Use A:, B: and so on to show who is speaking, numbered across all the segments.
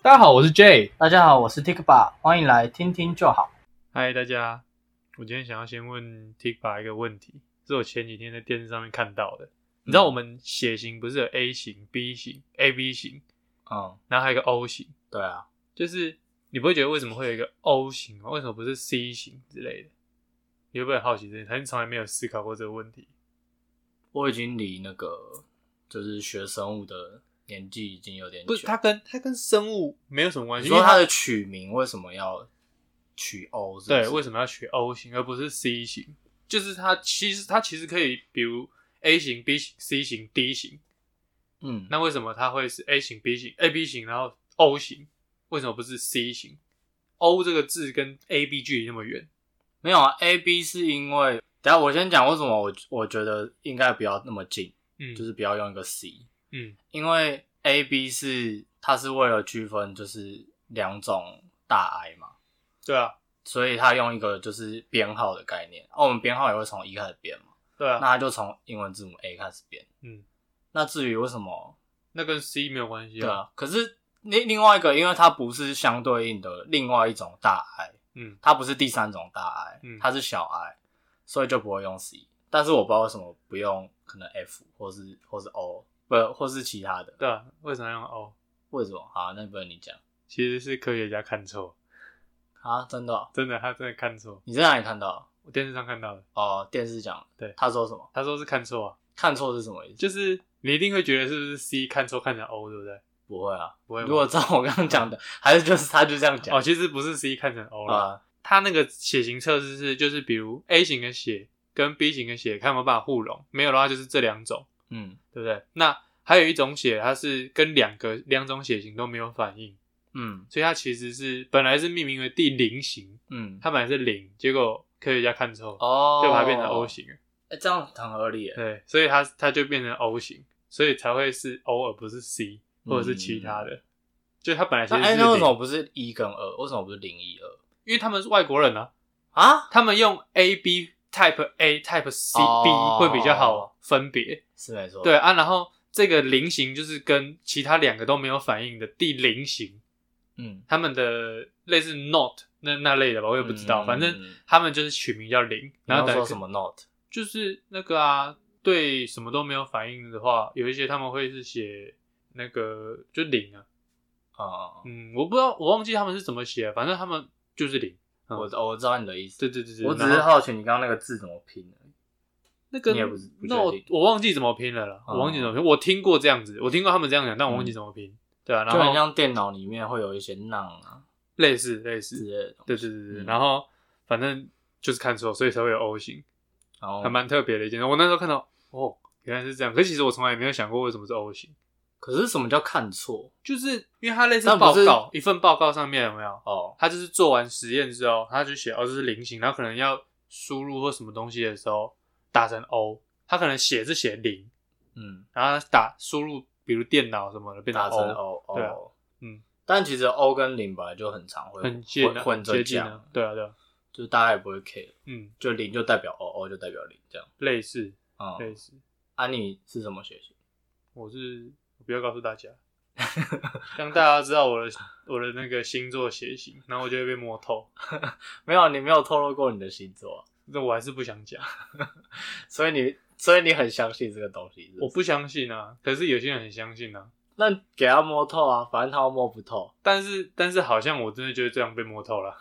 A: 大家好，我是 J。
B: 大家好，我是 Tikba，欢迎来听听就好。
C: 嗨，大家，我今天想要先问 Tikba 一个问题，是我前几天在电视上面看到的。你知
B: 嗯
C: 道我们血型不是有 A 型、B 型、AB 型，
B: 嗯，
C: 然后还有一个 O 型，
B: 对啊，
C: 就是你不会觉得为什么会有一个 O 型吗？为什么不是 C 型之类的？你会不会很好奇这件事？还是从来没有思考过这个问题？
B: 我已经离那个就是学生物的年纪已经有点久。
C: 不是，它跟它跟生物没有什么关
B: 你
C: 系。
B: 说
C: 因为
B: 它
C: 它
B: 的取名为什么要取 O？是不是
C: 对，为什么要取 O 型而不是 C 型？就是它其实它其实可以，比如 A 型、B 型、C 型、D 型，
B: 嗯，
C: 那为什么它会是 A 型、B 型、AB 型，然后 O 型？为什么不是 C 型？O 这个字跟 AB 距离那么远，
B: 没有啊，A B 是因为，等一下我先讲为什么我我觉得应该不要那么近，
C: 嗯，
B: 就是不要用一个 C，
C: 嗯
B: 因为 A B 是它是为了区分就是两种大 I 嘛，
C: 对啊，
B: 所以它用一个就是编号的概念，哦，我们编号也会从一开始编嘛，
C: 对啊，
B: 那
C: 那
B: 它就从英文字母 A 开始编，
C: 嗯，
B: 那至于为什么，
C: 跟 C 没有关系
B: 对，啊，可是另另外一个，因为它不是相对应的另外一种大 I，
C: 嗯，
B: 它不是第三种大 I，、
C: 嗯
B: 它是小 I，所以就不会用 C。但是我不知道为什么不用可能 F 或是或是 O，不或是其他的，
C: 对啊，为什么要用 O？
B: 为什么？好，那不然你讲
C: 其实是科学家看错，
B: 啊，真的哦、
C: 真的，他真的看错，
B: 你在哪里看到？
C: 我电视上看到的，
B: 哦，电视讲，
C: 对
B: 他说什么？
C: 他说是看错啊，
B: 看错是什么意思？
C: 就是你一定会觉得是不是 C 看错看成 O，对不对？
B: 不会啊，
C: 不会吗
B: 如果照我刚刚讲的， 还是就是他就这样讲
C: 哦，其哦实不是 C 看成 O 了，
B: 啊，
C: 他那个血型测试是就是比如 A 型的血跟 B 型的血看有没有办法互融，没有的话就是这两种。
B: 嗯
C: 对不对？那还有一种血，它是跟两个两种血型都没有反应，
B: 嗯
C: 所以它其实是本来是命名为第零型，
B: 嗯，
C: 它本来是零，结果科学家看错，
B: 哦，
C: 就把它变成 O 型了。
B: 哎、这样很合理耶。
C: 对，所以它它就变成 O 型，所以才会是 O 而不是 C 或者是其他的。就它本来其
B: 那
C: 实
B: 哎，
C: 是
B: 那为什么
C: 零，
B: 不是一跟二？为什么不是零一二
C: 因为他们是外国人啊，
B: 啊？
C: 他们用 A B Type A Type C B
B: 哦
C: 会比较好分别。
B: 是没错，
C: 对，啊，然后这个菱形就是跟其他两个都没有反应的第零型，
B: 嗯，
C: 他们的类似 note 那那类的吧，我也不知道，
B: 嗯
C: 反正他们就是取名叫零，然后
B: 你要
C: 等
B: 说
C: 于
B: 什么 note？
C: 就是那个啊，对什么都没有反应的话，有一些他们会是写那个就零啊，
B: 啊、
C: 嗯，我不知道，我忘记他们是怎么写，啊反正他们就是零。嗯
B: 我我知道你的意思，
C: 对对对对，
B: 我只
C: 然
B: 是
C: 后
B: 好奇你刚刚那个字怎么拼而已
C: 那个
B: 你也不是不确
C: 那我
B: 定
C: 我忘记怎么拼了啦，
B: 哦
C: 我忘记怎么拼，我听过这样子，我听过他们这样讲，但我忘记怎么拼。对啊，然
B: 嗯就很
C: 后
B: 像电脑里面会有一些 non 啊
C: 类似类
B: 之
C: 似，
B: 类的东西，
C: 对对对对，
B: 嗯
C: 然后反正就是看错，所以才会有 O 型。
B: 然后
C: 还蛮特别的一件事。我那时候看到，哦，原来是这样。可是其实我从来也没有想过为什么是 O 型，
B: 可是什么叫看错？
C: 就是因为它类似
B: 那不
C: 报
B: 是
C: 告，一份报告上面有没有？
B: 哦，
C: 他就是做完实验之后，他就写哦这是菱形，然后可能要输入或什么东西的时候打成 O，他可能写是写零，
B: 嗯，
C: 然后打输入比如电脑什么的变成
B: 打
C: O，,
B: 成 O
C: 对啊
B: O，
C: 嗯，
B: 哦但其实 O 跟零本来就很常会
C: 很接
B: 混
C: 近啊
B: 混
C: 很
B: 着
C: 接近啊
B: 讲，，
C: 对啊对啊，
B: 就大家也不会 care，
C: 嗯，
B: 就零就代表 O，O 就代表零这样。
C: 类似类
B: 嗯，
C: 似，
B: 啊，你是什么学习？
C: 我是我不要告诉大家。让大家知道我的我的那个星座血型，然后我就会被摸透。
B: 没有，你没有透露过你的星座啊、
C: 那我还是不想讲，
B: 所以你所以你很相信这个东西是不
C: 我
B: 是
C: 不相信啊。可是有些人很相信啊，
B: 那给他摸透啊，反正他又摸不透，
C: 但是但是好像我真的觉得这样被摸透了，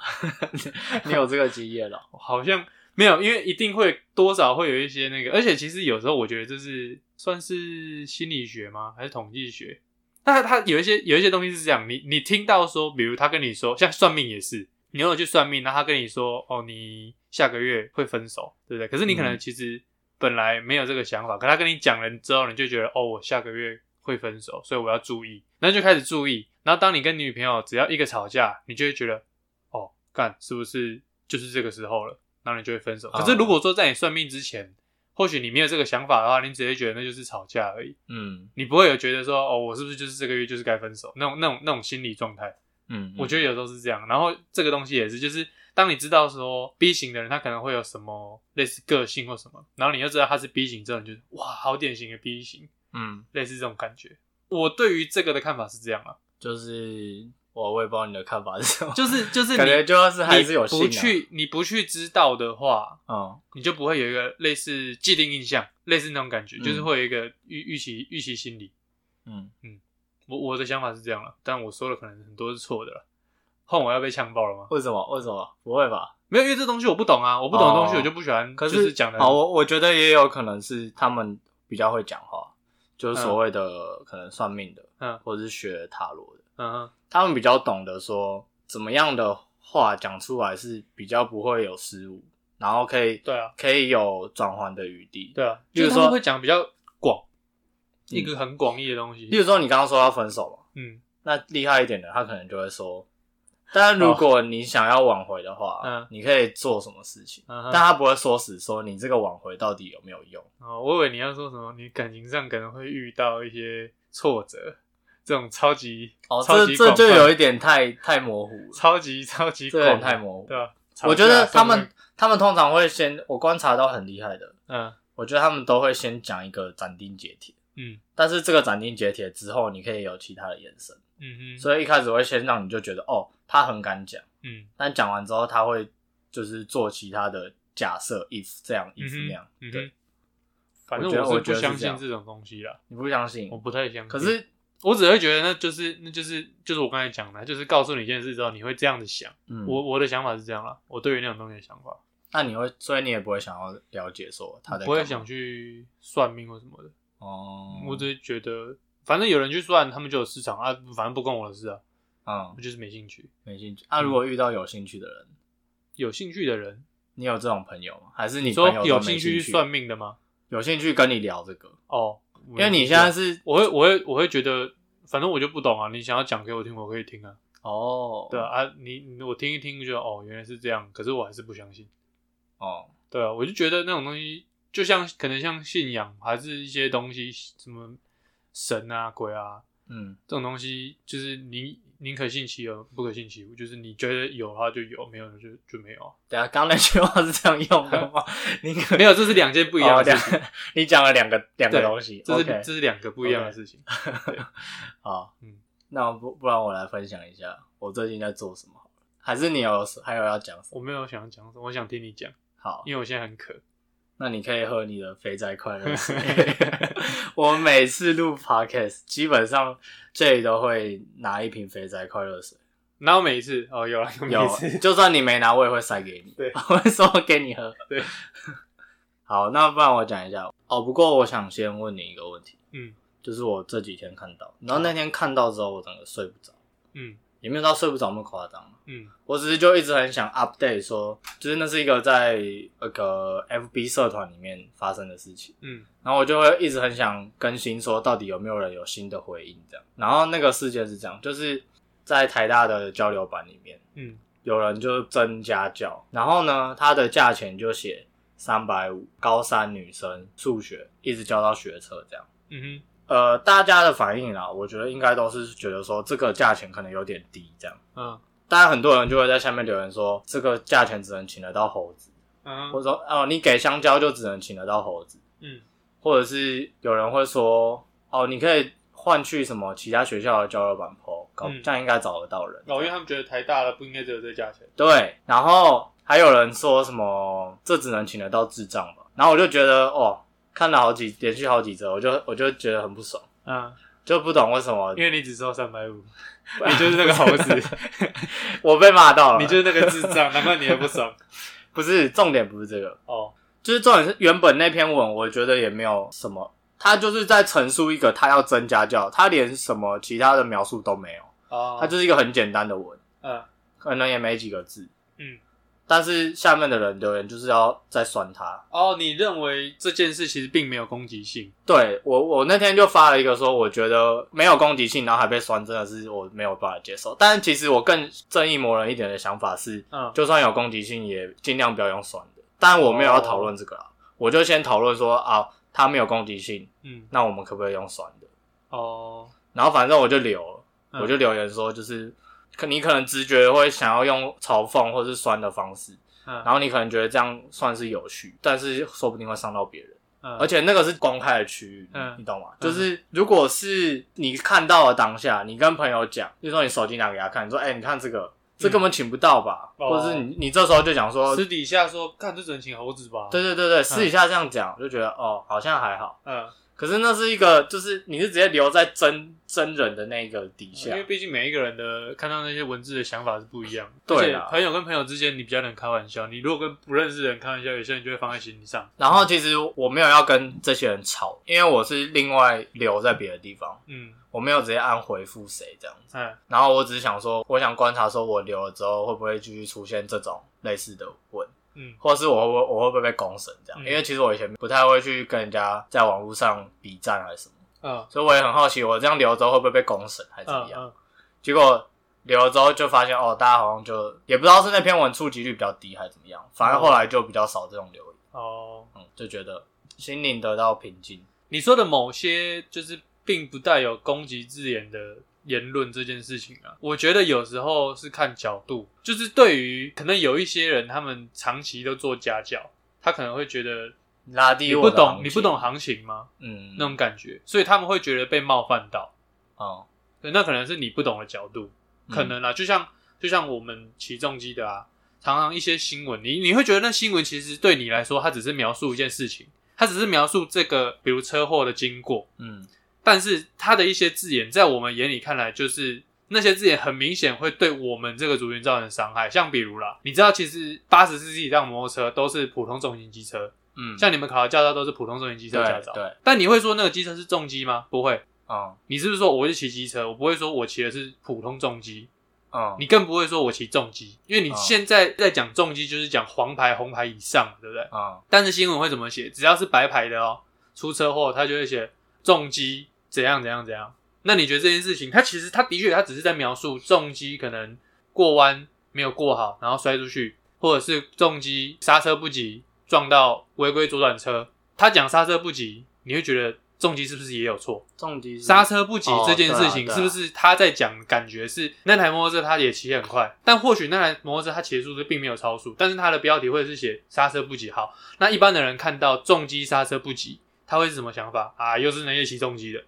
B: 你有这个经验了、
C: 好像没有，因为一定会多少会有一些那个，而且其实有时候我觉得这是算是心理学吗？还是统计学？那它有一些有一些东西是这样，你你听到说，比如他跟你说，像算命也是，你如果去算命，那他跟你说，哦，你下个月会分手，对不对？可是你可能
B: 嗯
C: 其实本来没有这个想法，可他跟你讲了之后，你就觉得，哦，我下个月会分手，所以我要注意，那就开始注意。然后当你跟女朋友只要一个吵架，你就会觉得，哦，干是不是就是这个时候了？然后你就会分手。
B: 哦
C: 可是如果说在你算命之前，或许你没有这个想法的话，你只会觉得那就是吵架而已。
B: 嗯
C: 你不会有觉得说哦，我是不是就是这个月就是该分手那种那种那种心理状态？
B: 嗯
C: 我觉得有时候是这样。然后这个东西也是，就是当你知道说 B 型的人他可能会有什么类似个性或什么，然后你又知道他是 B 型之后，你就哇，好典型的 B 型，
B: 嗯，
C: 类似这种感觉。我对于这个的看法是这样啊，
B: 就是我我也不知道你的看法是什么，
C: 就是就是你
B: 感觉就是还是有
C: 你
B: 信啊
C: 不去你不去知道的话，
B: 嗯
C: 你就不会有一个类似既定印象，类似那种感觉，
B: 嗯
C: 就是会有一个预预期预期心理。
B: 嗯，
C: 我我的想法是这样了，但我说的可能很多是错的了。换我要被呛爆了吗？
B: 为什么为什么不会吧？
C: 没有，因为这东西我不懂啊，我不懂的东西
B: 哦
C: 我就不喜欢。
B: 可
C: 就是讲的
B: 好，我我觉得也有可能是他们比较会讲话，就是所谓的可能算命的，
C: 嗯
B: 或者是学塔罗的，
C: 嗯哼
B: 他们比较懂得说怎么样的话讲出来是比较不会有失误，然后可以
C: 对啊
B: 可以有转换的余地。
C: 对啊，
B: 例如
C: 就是他们
B: 说
C: 会讲比较广，
B: 嗯
C: 一个很广义的东
B: 例
C: 西。
B: 嗯如说你刚刚说要分手嘛，
C: 嗯
B: 那厉害一点的他可能就会说，但如果你想要挽回的话，
C: 哦嗯
B: 你可以做什么事情？
C: 嗯
B: 但
C: 哼，
B: 他不会说死说你这个挽回到底有没有用。
C: 哦，我以为你要说什么，你感情上可能会遇到一些挫折，这种超级
B: 哦，
C: 超
B: 这
C: 级
B: 这
C: 广泛
B: 就有一点太太模糊了，
C: 超级超级
B: 这有点
C: 广
B: 太模糊
C: 对。啊吧？
B: 我觉得
C: 吵架
B: 他们他们通常会先，我观察到很厉害的，
C: 嗯
B: 我觉得他们都会先讲一个斩钉截铁，
C: 嗯
B: 但是这个斩钉截铁之后，你可以有其他的延伸。
C: 嗯哼
B: 所以一开始会先让你就觉得哦，他很敢讲，
C: 嗯
B: 但讲完之后他会就是做其他的假设，if 这样
C: 嗯
B: if
C: 哼
B: 那样，
C: 嗯
B: 对
C: 哼，，反正
B: 我觉得
C: 是哦嗯
B: 我觉
C: 不
B: 得是
C: 相
B: 这
C: 信
B: 样
C: 这种东西啦，
B: 你不相信
C: 我？不太相信。
B: 可是
C: 我只会觉得那就是那就是就是我刚才讲的，啊就是告诉你一件事之后，你会这样子想。
B: 嗯，
C: 我我的想法是这样啦，我对于那种东西的想法，
B: 那你会，所以你也不会想要了解说他在
C: 不会
B: 干嘛
C: 想去算命或什么的。
B: 哦，
C: 我只是觉得，反正有人去算，他们就有市场啊，反正不关我的事啊，
B: 嗯
C: 我就是没兴趣。
B: 没兴趣。
C: 嗯
B: 那如果遇到有兴趣的人，
C: 有兴趣的人，
B: 你有这种朋友吗？还是你
C: 你
B: 朋
C: 说
B: 友都
C: 有
B: 没
C: 兴
B: 兴
C: 趣去算命的吗？
B: 有兴趣跟你聊这个，
C: 哦，因
B: 因为你现在是
C: 我会我会我会觉得，反正我就不懂啊，你想要讲给我听，我可以听啊。
B: 哦，
C: 对啊，啊你你我听一听，觉得哦原来是这样，可是我还是不相信。
B: 哦，
C: 对啊，我就觉得那种东西，就像可能像信仰，还是一些东西，什么神啊、鬼啊
B: 嗯
C: 这种东西，就是你宁可信其有，不可信其无，就是你觉得有它就有，没有就就没有啊。
B: 等一下刚刚那句话是这样用的吗？你可
C: 没有，这是两件不一样的事情，
B: 哦两 你讲了两个两个
C: 对
B: 东西，
C: 这是
B: OK
C: 这是两个不一样的事情。
B: 好，
C: 嗯，
B: 那不不然我来分享一下我最近在做什么好了，还是你有还有要讲什么？
C: 我没有想讲什么，我想听你讲，
B: 好，
C: 因为我现在很渴。
B: 那你可以喝你的肥宅快乐 水。 我每次录 podcast，基本上这里都会拿一瓶肥宅快乐水，
C: 然后每一次哦，有了，有每一
B: 有啊
C: 次，
B: 就算你没拿，我也会塞给你，
C: 对
B: 我会说给你喝。
C: 对，
B: 好，那不然我讲一下哦。不过我想先问你一个问题，
C: 嗯
B: 就是我这几天看到，然后那天看到之后，我整个睡不着，
C: 嗯
B: 也没有到睡不着那么夸张。
C: 嗯
B: 我只是就一直很想 update 说，就是那是一个在那个 FB 社团里面发生的事情，
C: 嗯
B: 然后我就会一直很想更新说，到底有没有人有新的回应这样。然后那个事件是这样，就是在台大的交流版里面，
C: 嗯
B: 有人就增家教，然后呢，它的价钱就写三百五，高三女生数学一直教到学车这样。
C: 嗯
B: 呃，大家的反应啦，我觉得应该都是觉得说这个价钱可能有点低这样。
C: 哼
B: 当然，很多人就会在下面留言说，这个价钱只能请得到猴子，
C: 嗯
B: 或
C: 嗯
B: 者说，哦，你给香蕉就只能请得到猴子，
C: 嗯
B: 或者是有人会说，哦，你可以换去什么其他学校的交流版 PO，搞、
C: 嗯
B: 这样应该找得到人。
C: 哦，因为他们觉得台大的不应该只有这个价钱。
B: 对，然后还有人说什么，这只能请得到智障吧？然后我就觉得，哦，看了好几连续好几折，我就我就觉得很不爽，
C: 嗯，
B: 就不懂为什么
C: 因为你只收 三百五，你就是那个猴子，
B: 我被骂到了，
C: 你就是那个智障，难怪你也 不爽。
B: 不是重点，不是这个，
C: 哦，
B: 就是重点是原本那篇文，我觉得也没有什么，他就是在陈述一个他要增家教，他连什么其他的描述都没有，
C: 哦，
B: 他就是一个很简单的文，
C: 嗯
B: 可能也没几个字，
C: 嗯，
B: 但是下面的人留言就是要再酸他。
C: 哦，你认为这件事其实并没有攻击性？
B: 对我，我那天就发了一个说，我觉得没有攻击性，然后还被酸，真的是我没有办法接受。但是其实我更正义魔人一点的想法是，
C: 嗯，
B: 就算有攻击性，也尽量不要用酸的。但我没有要讨论这个啊，我就先讨论说啊，他没有攻击性，
C: 嗯，
B: 那我们可不可以用酸的？
C: 哦，
B: 然后反正我就留了，
C: 嗯
B: 我就留言说，就是可你可能直觉会想要用嘲讽或是酸的方式，
C: 嗯，
B: 然后你可能觉得这样算是有趣，但是说不定会伤到别人。
C: 嗯，
B: 而且那个是公开的区域，
C: 嗯
B: 你懂吗？
C: 嗯
B: 就是如果是你看到了当下，你跟朋友讲，就说你手机拿给他看，你说：“哎、你看这个，这根本请不到吧？”
C: 嗯哦
B: 或者是你你这时候就讲说
C: 私底嗯下说，看这只能请猴子吧。：“
B: 对对对对，私底下这样讲，就觉得哦，好像还好。
C: 嗯，
B: 可是那是一个，就是你是直接留在真真人的那个底下
C: 因，为毕竟每一个人的看到那些文字的想法是不一样的。
B: 对啊啦
C: 而且朋友跟朋友之间，你比较能开玩笑。你如果跟不认识的人开玩笑，有些人就会放在心上。
B: 然后其实我没有要跟这些人吵，因为我是另外留在别的地方，
C: 嗯
B: 我没有直接按回复谁这样子。
C: 嗯
B: 然后我只是想说，我想观察说我留了之后会不会继续出现这种类似的问，
C: 嗯
B: 或者是我会不会我会不会被公审这样？
C: 嗯
B: 因为其实我以前不太会去跟人家在网络上比战还是什么，
C: 嗯
B: 所以我也很好奇，我这样留了之后会不会被公审还是怎么
C: 嗯
B: 样？
C: 嗯，
B: 结果留了之后就发现哦，大家好像就也不知道是那篇文触及率比较低还是怎么样，
C: 嗯
B: 反正后来就比较少这种留言。
C: 哦。
B: 嗯，就觉得心灵得到平静。
C: 你说的某些就是并不带有攻击字眼的言论这件事情啊，我觉得有时候是看角度，就是对于可能有一些人，他们长期都做家教，他可能会觉得
B: 拉低
C: 你
B: 我
C: 不
B: 的行
C: 懂，
B: 情
C: 你不懂，行情吗？
B: 嗯，
C: 那种感觉，所以他们会觉得被冒犯到。
B: 哦，
C: 对，那可能是你不懂的角度，
B: 嗯
C: 可能啦，啊就像就像我们起重机的啊，常常一些新闻，你你会觉得那新闻其实对你来说，它只是描述一件事情，它只是描述这个比如车祸的经过，
B: 嗯
C: 但是他的一些字眼，在我们眼里看来，就是那些字眼很明显会对我们这个族群造成伤害。像比如啦，你知道，其实八十世纪以上摩托车都是普通重型机车，
B: 嗯，
C: 像你们考的驾照都是普通重型机车驾
B: 对
C: 照。
B: 对，
C: 但你会说那个机车是重机吗？不会。
B: 嗯
C: 你是不是说我是骑机车？我不会说我骑的是普通重机，
B: 嗯，
C: 你更不会说我骑重机，因为你
B: 哦
C: 现在在讲重机就是讲黄牌、红牌以上，对不对？
B: 嗯
C: 但是新闻会怎么写？只要是白牌的哦，出车祸他就会写重击怎样怎样怎样。那你觉得这件事情，他其实他的确他只是在描述重击可能过弯没有过好，然后摔出去，或者是重击刹车不及撞到违规左转车。他讲刹车不及，你会觉得重击是不是也有错？
B: 重击是
C: 刹车不及
B: 哦
C: 这件事
B: 对
C: 情，
B: 啊对啊
C: 是不是他在讲？感觉是那台摩托车他也骑很快，但或许那台摩托车它骑的速度并没有超速，但是它的标题会是写刹车不及。好，那一般的人看到重击刹车不及，他会是什么想法啊？又是那些骑重机的。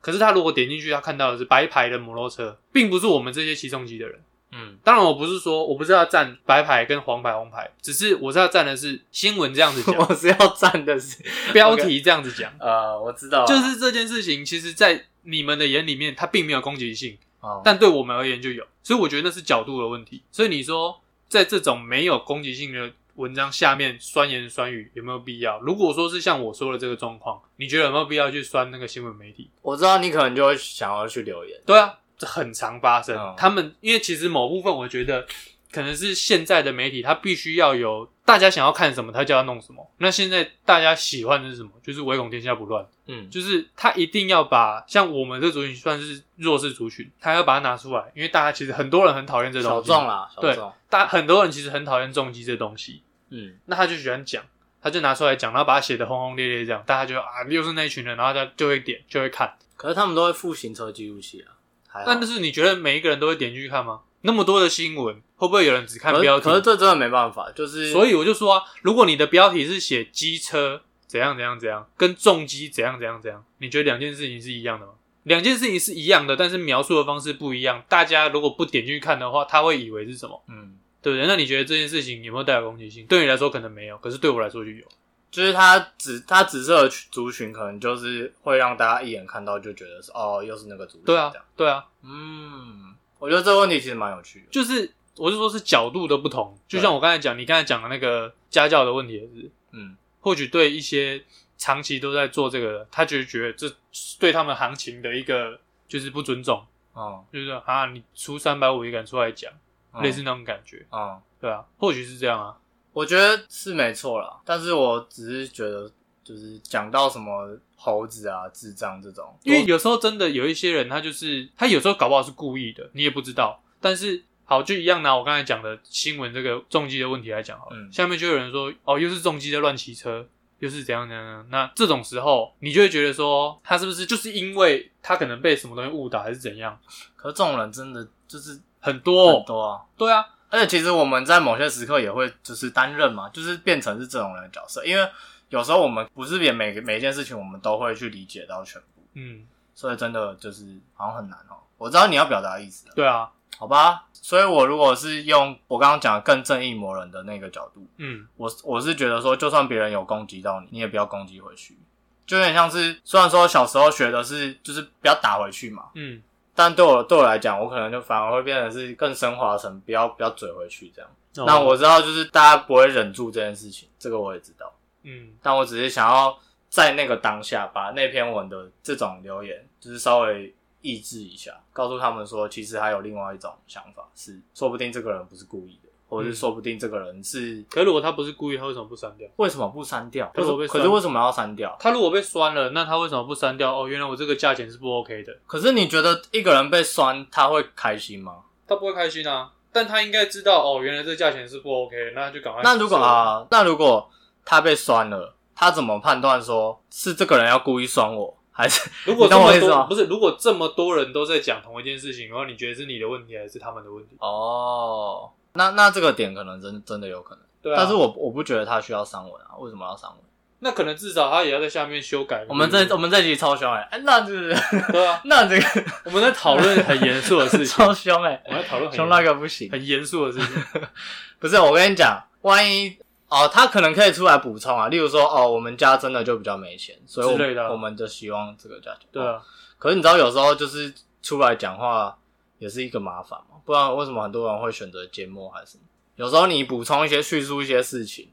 C: 可是他如果点进去，他看到的是白牌的摩托车，并不是我们这些骑重机的人。
B: 嗯
C: 当然，我不是说我不是要站白牌跟黄牌、红牌，只是我是要站的是新闻这样子 讲，
B: 我是要站的 是
C: 标题这样子讲。
B: 呃，我知道，
C: 就是这件事情，其实，在你们的眼里面，它并没有攻击性，
B: 哦
C: 但对我们而言就有，所以我觉得那是角度的问题。所以你说，在这种没有攻击性的文章下面酸言酸语有没有必要？如果说是像我说的这个状况，你觉得有没有必要去酸那个新闻媒体？
B: 我知道你可能就会想要去留言，
C: 对啊，这很常发生。
B: 嗯
C: 他们因为其实某部分，我觉得可能是现在的媒体，它必须要有大家想要看什么，它就要弄什么。那现在大家喜欢的是什么？就是唯恐天下不乱。
B: 嗯
C: 就是他一定要把像我们这族群算是弱势族群，他要把它拿出来，因为大家其实很多人很讨厌这
B: 小
C: 东西，
B: 众啦，小
C: 对
B: 众，
C: 大很多人其实很讨厌重击这东西，
B: 嗯
C: 那他就喜欢讲，他就拿出来讲，然后把它写的轰轰烈烈这样，大家就啊又是那一群人，然后他就会点就会看，
B: 可是他们都会附行车记录器啊，还好
C: 那但是你觉得每一个人都会点进去看吗？那么多的新闻，会不会有人只看
B: 可
C: 标
B: 是
C: 题？
B: 可是这真的没办法，就是
C: 所以我就说啊，如果你的标题是写机车怎样怎样怎样，跟重机怎样怎样怎样，你觉得两件事情是一样的吗？两件事情是一样的，但是描述的方式不一样。大家如果不点进去看的话，他会以为是什么，
B: 嗯，
C: 对不对？那你觉得这件事情有没有带有攻击性？对你来说可能没有，可是对我来说就有。
B: 就是他紫他紫色的族群可能就是会让大家一眼看到就觉得是哦，又是那个族群，
C: 对啊
B: 这样，
C: 对啊，
B: 嗯，我觉得这个问题其实蛮有趣的，
C: 就是我是说是角度的不同。就
B: 对
C: 像我刚才讲，你刚才讲的那个家教的问题也是，
B: 嗯
C: 或许对一些长期都在做这个的，他就觉得这是对他们行情的一个就是不尊重。
B: 哦，
C: 就是说啊，你出三百五一个人出来讲，
B: 嗯
C: 类似那种感觉，
B: 嗯。
C: 对啊，或许是这样啊，
B: 我觉得是没错啦，但是我只是觉得，就是讲到什么猴子啊、智障这种，
C: 因为有时候真的有一些人，他就是他有时候搞不好是故意的，你也不知道。但是好，就一样拿我刚才讲的新闻这个重机的问题来讲好了，
B: 嗯
C: 下面就有人说哦，又是重机在乱骑车，又是怎样怎样怎样。那这种时候，你就会觉得说他是不是就是因为他可能被什么东西误导还是怎样，
B: 可是这种人真的就是
C: 很多、
B: 很多啊。
C: 对啊，
B: 而且其实我们在某些时刻也会就是担任嘛，就是变成是这种人的角色，因为有时候我们不是也每个每一件事情我们都会去理解到全部，
C: 嗯，
B: 所以真的就是好像很难哦。我知道你要表达的意思了，
C: 对啊，
B: 好吧？所以我如果是用我刚刚讲的更正义魔人的那个角度，
C: 嗯，
B: 我是我是觉得说，就算别人有攻击到你，你也不要攻击回去，就有点像是虽然说小时候学的是就是不要打回去嘛，
C: 嗯，
B: 但对我对我来讲，我可能就反而会变得是更升华成不要不要嘴回去这样。那
C: 哦
B: 我知道就是大家不会忍住这件事情，这个我也知道，
C: 嗯
B: 但我只是想要在那个当下把那篇文的这种留言就是稍微抑制一下，告诉他们说，其实还有另外一种想法是，说不定这个人不是故意的，或者
C: 嗯
B: 是说不定这个人是
C: 可是如果他不是故意，他为什么不删掉？
B: 为什么不删掉？可
C: 可是
B: 是
C: 我被
B: 可
C: 删
B: 是为什么要删掉？
C: 他如果被酸了，那他为什么不删掉？哦，原来我这个价钱是不 OK 的，
B: 可是你觉得一个人被酸，他会开心吗？
C: 他不会开心啊。但他应该知道哦，原来这个价钱是不 OK 的，那他就赶快。
B: 那如果，啊，那如果他被酸了，他怎么判断说是这个人要故意酸我，还是
C: 如果
B: 你
C: 这
B: 懂我
C: 么
B: 意思
C: 多
B: 吗？
C: 不是，如果这么多人都在讲同一件事情，然后你觉得是你的问题还是他们的问题
B: 哦， 那那这个点可能真真的有可能，
C: 对啊。
B: 但是我我不觉得他需要删文啊，为什么要删文？
C: 那可能至少他也要在下面修改。
B: 我们这我们这集超凶哎、哎那这
C: 对啊，
B: 那这
C: 我们在讨论很严肃的事
B: 个
C: 情，
B: 超凶哎、
C: 我们在讨论很
B: 凶那个不行，
C: 很严肃的事情。
B: 不是我跟你讲，万一哦，他可能可以出来补充啊，例如说哦，我们家真的就比较没钱，所以我
C: 之类的啊
B: 我们就希望这个价钱。
C: 对
B: 哦
C: 啊，
B: 可是你知道有时候就是出来讲话也是一个麻烦嘛，不然为什么很多人会选择缄默还是什么？有时候你补充一些叙述一些事情，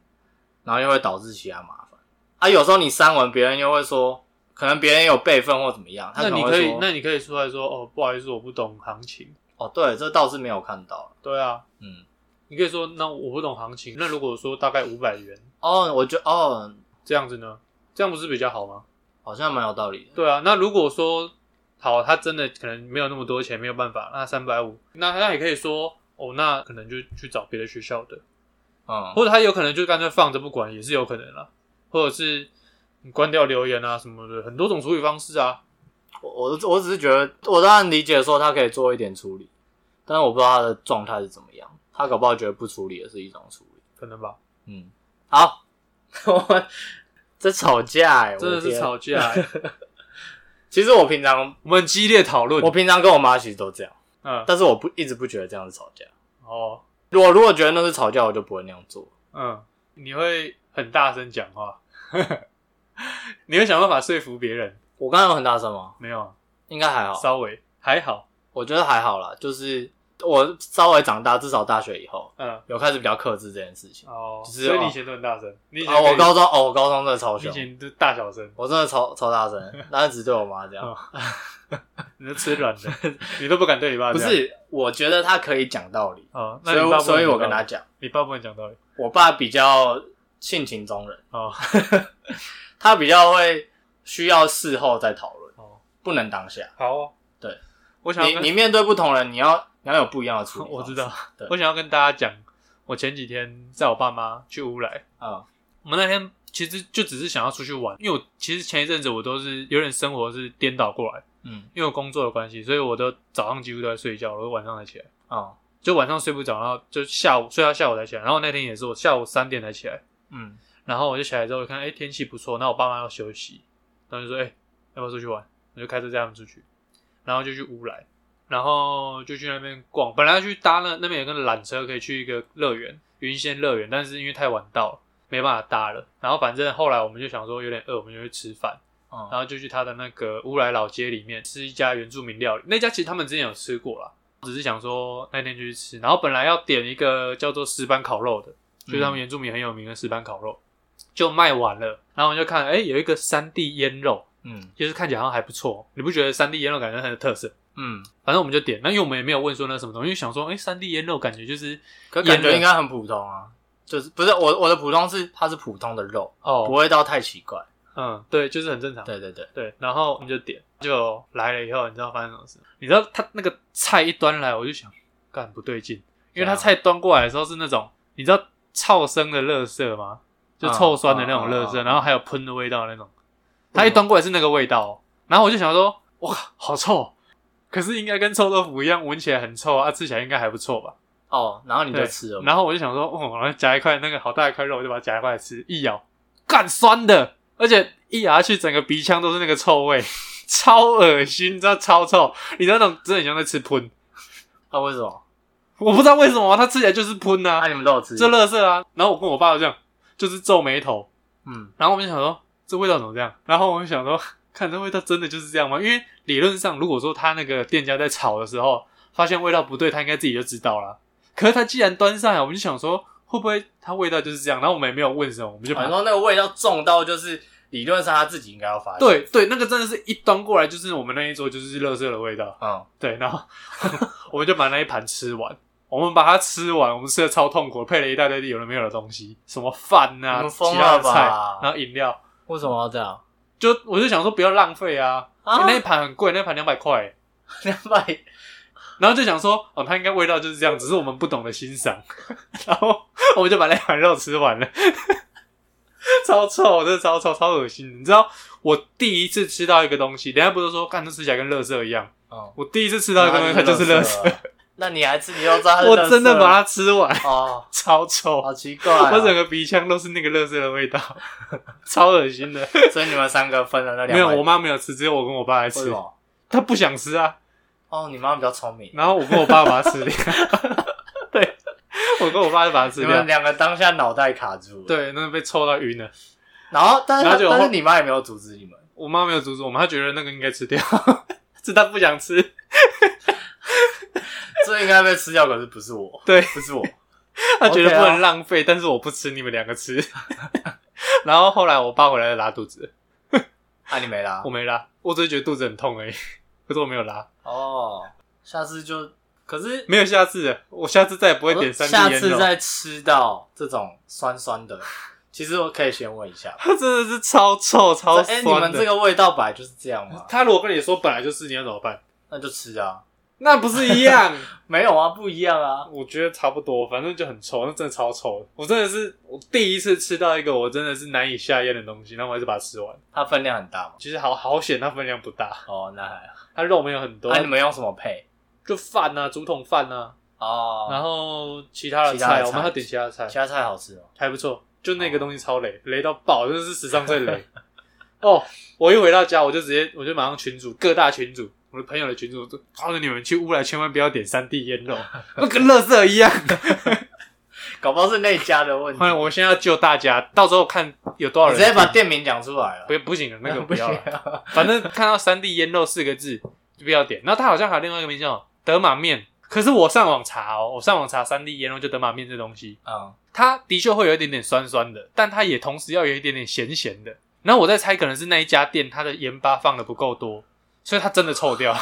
B: 然后又会导致其他麻烦啊。有时候你删文，别人又会说，可能别人有备份或怎么 样，他
C: 那
B: 可能
C: 你
B: 会
C: 可以
B: 说，
C: 那你可以出来说哦，不好意思，我不懂行情。
B: 哦，对，这倒是没有看到，
C: 对啊，
B: 嗯，
C: 你可以说那我不懂行情。那如果说大概五百元
B: 哦，我觉得哦，
C: 这样子呢，这样不是比较好吗？
B: 好像蛮有道理的。
C: 对啊，那如果说好，他真的可能没有那么多钱，没有办法，那三百五，那他也可以说哦，那可能就去找别的学校的，
B: 嗯，
C: 或者他有可能就干脆放着不管，也是有可能啦，或者是你关掉留言啊什么的，很多种处理方式啊。
B: 我我我只是觉得，我当然理解说他可以做一点处理，但是我不知道他的状态是怎么样。他搞不好觉得不处理也是一种处理。
C: 可能吧，
B: 嗯，好， 我们在吵架哎、我
C: 真的是
B: 天。
C: 吵架欸、
B: 其实我平常
C: 我们激烈讨论
B: 我。平常跟我妈其实都这样，
C: 嗯，
B: 但是我不一直不觉得这样是吵架。
C: 哦，
B: 我如果觉得那是吵架，我就不会那样做。
C: 嗯，你会很大声讲话， 你会想办法说服别人？
B: 我刚刚有很大声吗？
C: 没有啊，
B: 应该还好，
C: 稍微还好。
B: 我觉得还好啦。就是我稍微长大，至少大学以后
C: 嗯，
B: 有开始比较克制这件事情。
C: 哦，
B: 只是
C: 所以
B: 哦
C: 你以前都很大声，你以前
B: 啊，我
C: 可以
B: 高中哦，我高中真的超
C: 你以
B: 凶，
C: 前就大小声，
B: 我真的超超大 声，但是只对我妈这样
C: 哦。你就吃软的， 你都不敢对你爸
B: 不
C: 这样。
B: 是，我觉得她可以讲道理，
C: 哦，那
B: 所
C: 你
B: 以
C: 爸不
B: 我
C: 能
B: 所以我
C: 讲
B: 跟
C: 道
B: 她
C: 理，
B: 讲，
C: 你爸不能讲道理。
B: 我爸比较性情中人，
C: 哦
B: 他比较会需要事后再讨论，
C: 哦，
B: 不能当下。
C: 好哦，
B: 对，
C: 我想要
B: 你
C: 跟
B: 你面对不同人，你要你要有不一样的处理。
C: 我知，道
B: 对，
C: 我想要跟大家讲，我前几天在我爸妈去乌来，
B: 嗯
C: 我们那天其实就只是想要出去玩，因为我其实前一阵子我都是有点生活是颠倒过来，
B: 嗯
C: 因为我工作的关系，所以我都早上几乎都在睡觉，我都晚上才起来，
B: 哦
C: 就晚上睡不着，然后就下午睡到下午才起来，然后那天也是我下午三点才起来，
B: 嗯
C: 然后我就起来之后看，哎、天气不错，那我爸妈要休息，然后就说，哎、要不要出去玩？我就开车带他们出去，然后就去乌来，然后就去那边逛。本来要去搭那那边有个缆车可以去一个乐园，云仙乐园，但是因为太晚到了，没办法搭了。然后反正后来我们就想说有点饿，我们就去吃饭，然
B: 哦
C: 后就去他的那个乌来老街里面吃一家原住民料理，那家其实他们之前有吃过啦，只是想说那天就去吃。然后本来要点一个叫做石板烤肉的，就是他们原住民很有名的石板烤肉，就卖完了。然后我就看，哎、有一个山地腌肉，
B: 嗯
C: 就是看起来好像还不错。哦你不觉得山地腌肉感觉很有特色？
B: 嗯，
C: 反正我们就点，那因为我们也没有问说那是什么东西，因为想说，哎、山地腌肉感觉就是
B: 可感
C: 腌
B: 觉
C: 的
B: 应该很普通啊，就是不是我我的普通是它是普通的肉，不
C: 哦，
B: 会到太奇怪。
C: 嗯，对，就是很正常。
B: 对对对，
C: 对，然后我们就点，就来了以后，你知道发生什么事？你知道他那个菜一端来，我就想，干不对劲，因为他菜端过来的时候是那种，你知道臭生的垃圾吗？就臭酸的那种垃圾，
B: 嗯嗯嗯嗯
C: 然后还有喷的味道那种。他一端过来是那个味道哦、然后我就想说，哇，好臭！哦可是应该跟臭豆腐一样，闻起来很臭啊，吃起来应该还不错吧？
B: 哦，然后你
C: 你
B: 就吃了嘛，
C: 然后我就想说，哦，我要夹一块那个好大一块肉，我就把它夹一块来吃，一咬，干酸的，而且一牙去整个鼻腔都是那个臭 味，超恶心，你知道超臭，你知道那种真的很像在吃喷，
B: 啊，为什么？
C: 我不知道为什么它吃起来就是喷啊
B: 啊，，你们都有吃？
C: 这垃圾啊。然后我跟我爸就这样，就是皱眉头，
B: 嗯，
C: 然后我们就想说，这味道怎么这样？然后我们想说， 看这味道真的就是这样吗？因为理论上，如果说他那个店家在炒的时候发现味道不对，他应该自己就知道了。可是他既然端上来，我们就想说，会不会他味道就是这样？然后我们也没有问什么，我们就把
B: 反正那个味道重到就是理论上他自己应该要发现。，
C: 对对，那个真的是一端过来就是我们那一桌就是垃圾的味道。
B: 嗯，
C: 对，然 后我们就把那一盘吃完。我们把它吃完，我们吃的超痛苦，配了一大堆有的没有的东西，什么饭
B: 你
C: 呐、
B: 们
C: 其
B: 疯
C: 他
B: 了
C: 的菜
B: 吧，
C: 然后饮料，
B: 为什么要这样？
C: 就我就想说不要浪费啊，
B: 啊
C: 欸那一盘很贵，那一盘两百块，
B: 两百，
C: 然后就想说哦，它应该味道就是这样，只是我们不懂得欣赏， 然后我们就把那盘肉吃完了， 超臭，真的超臭，超恶心的。你知道我第一次吃到一个东西，人家不是说干这吃起来跟垃圾一样，
B: 嗯，
C: 我第一次吃到一个东西，它就是垃圾，
B: 啊。 那你还吃，你都知道它是垃圾了
C: 我真的把它吃完，
B: 哦，
C: 超臭。
B: 好奇怪哦。
C: 我整个鼻腔都是那个垃圾的味道， 超恶心的。
B: 所以你们三个分了那两
C: 没有，
B: 百，
C: 我妈没有吃，只有我跟我爸来
B: 为
C: 吃
B: 什。么？
C: 她不想吃啊，
B: 哦，你妈比较聪明，
C: 然后我跟我爸把它吃掉，对，我跟我爸就把它吃
B: 你们
C: 掉，
B: 两个当下脑袋卡住。，
C: 对，那被臭到晕了。
B: 然后但是
C: 然后就
B: 但是你妈也没有阻止你们，
C: 我妈没有阻止我们，她觉得那个应该吃掉， 是她不想吃。
B: 这应该被吃掉，可是不是我，
C: 对，
B: 不是我。
C: 她觉得
B: OK 啊
C: 不能浪费但是我不吃，你们两个吃。 然后后来我爸回来拉肚子，
B: 啊，你没啦
C: 我。没拉，我只是觉得肚子很痛而已，可是我没有拉，
B: 哦，下次就可是
C: 没有下次了，我下次再也不会点三
B: 哦下
C: D 烟
B: 次
C: 了。
B: 再吃到这种酸酸的，其实我可以先问一下，
C: 它 真的是超臭超
B: 哎、
C: 酸
B: 你
C: 的。
B: 们这个味道本来就是这样吗？
C: 他如果跟你说本来就是，你要怎么办？
B: 那就吃啊，
C: 那不是一样？
B: 没有啊，不一样啊。
C: 我觉得差不多，反正就很臭，那真的超臭的。我真的是我第一次吃到一个我真的是难以下咽的东西，然后我还是把它吃完。
B: 它分量很大嘛。
C: 其实好好险，它分量不大，
B: 哦，那还好。
C: 它肉没有很多，
B: 那、啊你们用什么配？
C: 就饭啊，竹筒饭啊，
B: 哦，
C: 然后其他的
B: 其他
C: 菜，
B: 的菜
C: 我们还有点其他的菜
B: 其，他菜好吃哦。
C: 还不错。就那个东西超雷，雷到爆，真的是史上 最雷。哦，我一回到家，我就直接，我就马上群主各大群主，我的朋友的群主，告诉你们去乌来千万不要点三 D 烟肉，那跟垃圾一 样。
B: 搞不好是那家的问题
C: 后。来我现在要救大家，到时候看有多少
B: 你
C: 人
B: 直接把店名讲出来了。
C: 不不行了，那个不
B: 啊
C: 要了。
B: 了。
C: 反正看到三 D 腌肉四个字就不要点。然后它好像还有另外一个名字叫德玛面，可是我上网查哦，我上网查三 D 腌肉就德玛面这东西，
B: 嗯，
C: 它的确会有一点点酸酸的，但它也同时要有一点点咸咸的。然后我在猜，可能是那一家店它的盐巴放的不够多，所以它真的臭 掉。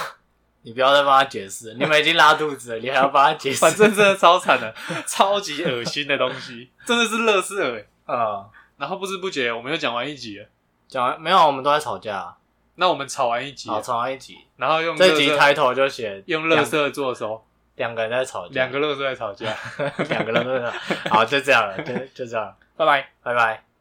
B: 你不要再帮他解释，你们已经拉肚子了，你还要帮他解释？
C: 反正真的超惨的，超级恶心的东西，真的是乐事儿欸。
B: 嗯，
C: 然后不知不觉我们又讲完一集了，
B: 讲完没有？啊我们都在吵架。
C: 那我们吵完一集了，
B: 好，吵完一集，
C: 然后用
B: 这
C: 垃圾
B: 集开头就写
C: 用乐色做手，
B: 两个人在吵架，
C: 两个乐色在吵架。
B: 两个人都是，好，就这样了，就就这样了，
C: 拜拜。
B: 拜拜。